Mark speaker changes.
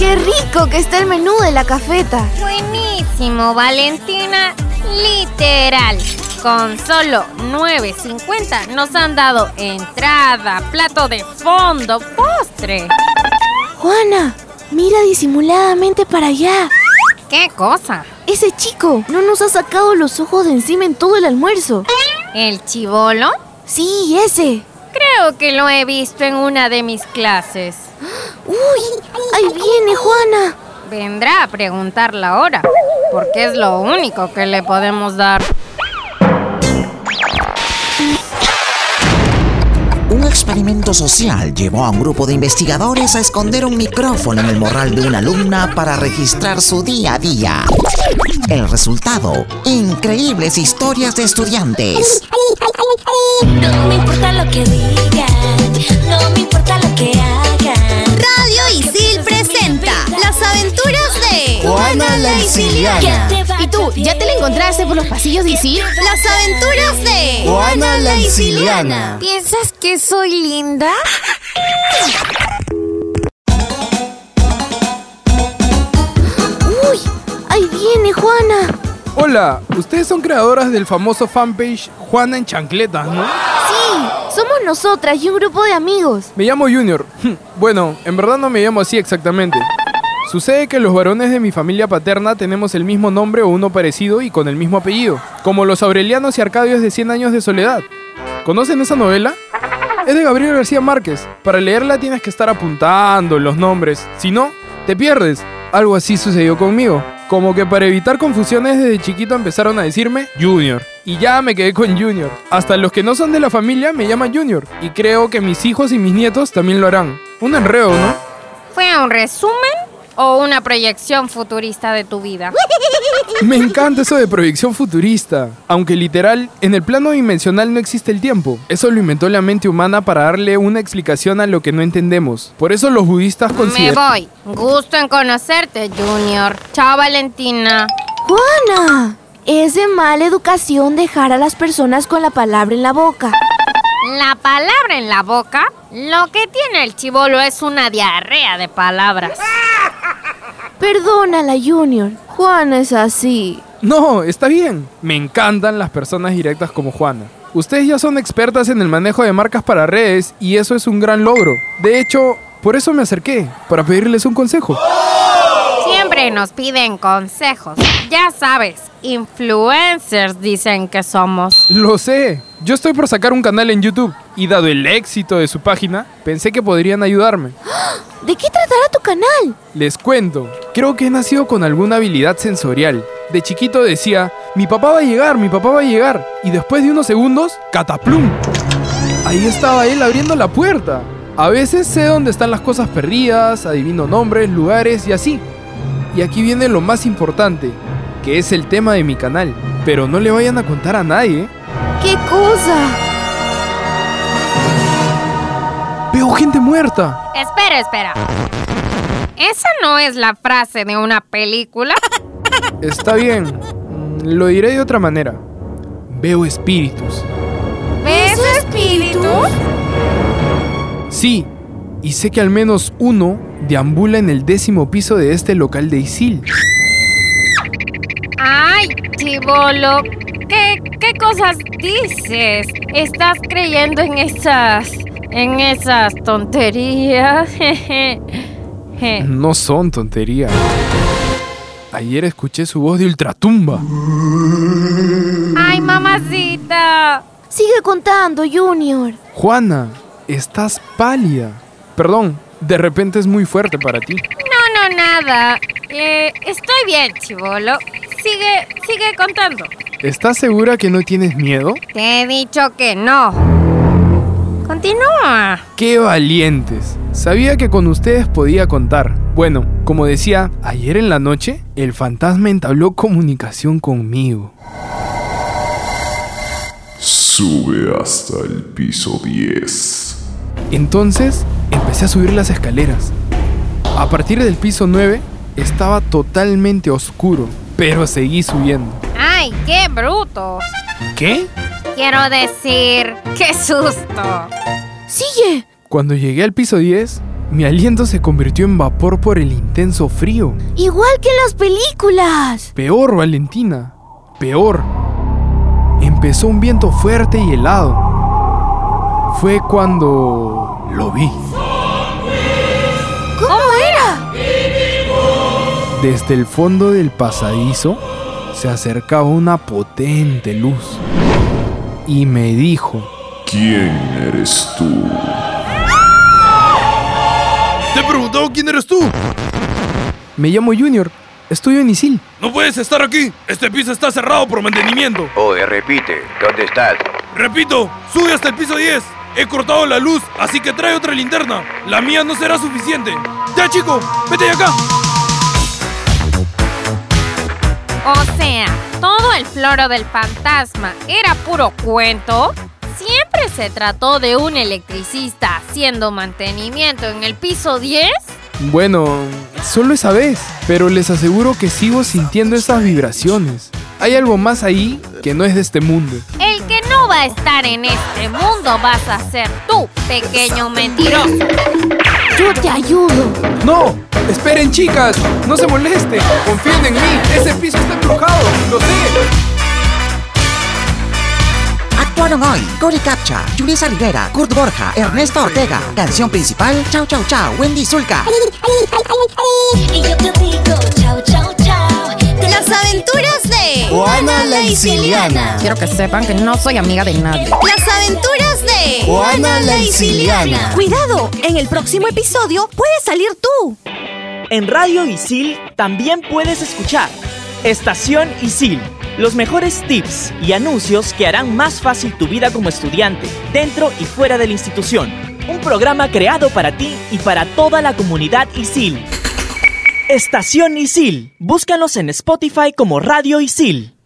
Speaker 1: rico que está el menú de la cafeta.
Speaker 2: Buenísimo, Valentina. Literal. Con solo 9.50 nos han dado entrada, plato de fondo, postre.
Speaker 1: Juana, mira disimuladamente para allá.
Speaker 2: ¿Qué cosa?
Speaker 1: Ese chico no nos ha sacado los ojos de encima en todo el almuerzo.
Speaker 2: ¿El chivolo?
Speaker 1: Sí, ese.
Speaker 2: Creo que lo he visto en una de mis clases.
Speaker 1: ¡Uy! Ahí viene Juana.
Speaker 2: Vendrá a preguntarla ahora, porque es lo único que le podemos dar.
Speaker 3: Un experimento social llevó a un grupo de investigadores a esconder un micrófono en el morral de una alumna para registrar su día a día. El resultado, increíbles historias de estudiantes.
Speaker 4: No me importa lo que digan, no me importa lo que hagan.
Speaker 5: Radio Isil presenta Las aventuras de
Speaker 6: Juana la Isiliana.
Speaker 4: ¿Y tú, ya te la encontraste por los pasillos de Isil?
Speaker 5: Las aventuras de
Speaker 6: Juana la Isiliana.
Speaker 1: ¿Piensas que soy linda? ¡Uy! Ahí viene Juana.
Speaker 7: Hola, ustedes son creadoras del famoso fanpage Juana en Chancletas, ¿no?
Speaker 1: Sí, somos nosotras y un grupo de amigos.
Speaker 7: Me llamo Junior. Hm, Bueno, en verdad no me llamo así exactamente. Sucede que los varones de mi familia paterna tenemos el mismo nombre o uno parecido y con el mismo apellido, como los Aurelianos y Arcadios de 100 años de soledad. ¿Conocen esa novela? Es de Gabriel García Márquez. Para leerla tienes que estar apuntando los nombres, si no, te pierdes. Algo así sucedió conmigo. Como que para evitar confusiones desde chiquito empezaron a decirme Junior. Y ya me quedé con Junior. Hasta los que no son de la familia me llaman Junior. Y creo que mis hijos y mis nietos también lo harán. Un enredo, ¿no?
Speaker 2: ¿Fue un resumen o una proyección futurista de tu vida?
Speaker 7: Me encanta eso de proyección futurista, aunque literal, en el plano dimensional no existe el tiempo. Eso lo inventó la mente humana para darle una explicación a lo que no entendemos. Por eso los budistas
Speaker 2: Me
Speaker 7: consideran...
Speaker 2: voy. Gusto en conocerte, Junior. Chao, Valentina.
Speaker 1: ¡Juana! Es de mala educación dejar a las personas con la palabra en la boca.
Speaker 2: La palabra en la boca, lo que tiene el chivolo es una diarrea de palabras.
Speaker 1: Perdónala, Junior. Juana es así.
Speaker 7: No, está bien. Me encantan las personas directas como Juana. Ustedes ya son expertas en el manejo de marcas para redes y eso es un gran logro. De hecho, por eso me acerqué, para pedirles un consejo.
Speaker 2: Siempre nos piden consejos. Ya sabes, influencers dicen que somos.
Speaker 7: Lo sé. Yo estoy por sacar un canal en YouTube y dado el éxito de su página, pensé que podrían ayudarme.
Speaker 1: ¿De qué tratará tu canal?
Speaker 7: Les cuento, creo que he nacido con alguna habilidad sensorial. De chiquito decía, mi papá va a llegar, mi papá va a llegar. Y después de unos segundos, cataplum. Ahí estaba él abriendo la puerta. A veces sé dónde están las cosas perdidas, adivino nombres, lugares y así. Y aquí viene lo más importante, que es el tema de mi canal. Pero no le vayan a contar a nadie. ¿eh?
Speaker 1: ¿Qué cosa?
Speaker 7: Veo gente muerta.
Speaker 2: Espera, espera. ¿Esa no es la frase de una película?
Speaker 7: Está bien. Mm, Lo diré de otra manera. Veo espíritus.
Speaker 2: ¿Ves espíritu?
Speaker 7: Sí, y sé que al menos uno deambula en el décimo piso de este local de Isil.
Speaker 2: Ay, chivolo. ¿Qué, qué cosas dices? ¿Estás creyendo en esas... en esas tonterías? Je.
Speaker 7: No son tonterías. Ayer escuché su voz de ultratumba.
Speaker 2: Ay, mamacita.
Speaker 1: Sigue contando, Junior.
Speaker 7: Juana, estás pálida. Perdón, de repente es muy fuerte para ti.
Speaker 2: No, no, nada. Eh, estoy bien, chivolo. Sigue, sigue contando.
Speaker 7: ¿Estás segura que no tienes miedo?
Speaker 2: Te he dicho que no. Continúa.
Speaker 7: ¡Qué valientes! Sabía que con ustedes podía contar. Bueno, como decía, ayer en la noche, el fantasma entabló comunicación conmigo.
Speaker 8: Sube hasta el piso 10.
Speaker 7: Entonces, empecé a subir las escaleras. A partir del piso 9, estaba totalmente oscuro, pero seguí subiendo.
Speaker 2: Ay, qué bruto.
Speaker 7: ¿Qué?
Speaker 2: Quiero decir, qué susto.
Speaker 1: Sigue.
Speaker 7: Cuando llegué al piso 10, Mi aliento se convirtió en vapor por el intenso frío.
Speaker 1: Igual que en las películas.
Speaker 7: Peor, Valentina. Peor. Empezó un viento fuerte y helado. Fue cuando lo vi.
Speaker 1: ¿Cómo, era?
Speaker 7: Desde el fondo del pasadizo se acercaba una potente luz. Y me dijo,
Speaker 8: ¿Quién eres tú?
Speaker 9: Te he preguntado quién eres tú.
Speaker 7: me llamo Junior, estudio en Isil.
Speaker 9: No puedes estar aquí. Este piso está cerrado por mantenimiento.
Speaker 10: Oye, repite, ¿dónde estás?
Speaker 9: Repito, sube hasta el piso 10. He cortado la luz, así que trae otra linterna. La mía no será suficiente. Ya, chico, vete de acá.
Speaker 2: O sea, todo el floro del fantasma era puro cuento. ¿Siempre se trató de un electricista haciendo mantenimiento en el piso 10?
Speaker 7: Bueno, solo esa vez, pero les aseguro que sigo sintiendo esas vibraciones. Hay algo más ahí que no es de este mundo.
Speaker 2: El que no va a estar en este mundo vas a ser tú, pequeño mentiroso.
Speaker 1: Yo te ayudo.
Speaker 7: ¡No! ¡Esperen, chicas! ¡No se molesten! ¡Confíen en mí! ¡Ese piso está embrujado! ¡Lo sé!
Speaker 3: Actuaron hoy Cory Capcha, Julisa Rivera, Kurt Borja, Ernesto Ortega. Canción principal, Chau Chau Chau, Wendy Zulka.
Speaker 4: Y yo te digo, chao, chao, chao. Te
Speaker 5: Las aventuras de...
Speaker 6: Juana la Isiliana.
Speaker 2: Quiero que sepan que no soy amiga de nadie.
Speaker 5: Las aventuras de...
Speaker 6: Juana la Isiliana.
Speaker 5: Cuidado, en el próximo episodio puedes salir tú.
Speaker 11: En Radio Isil también puedes escuchar Estación Isil, los mejores tips y anuncios que harán más fácil tu vida como estudiante, dentro y fuera de la institución. Un programa creado para ti y para toda la comunidad Isil. Estación Isil, búscanos en Spotify como Radio Isil.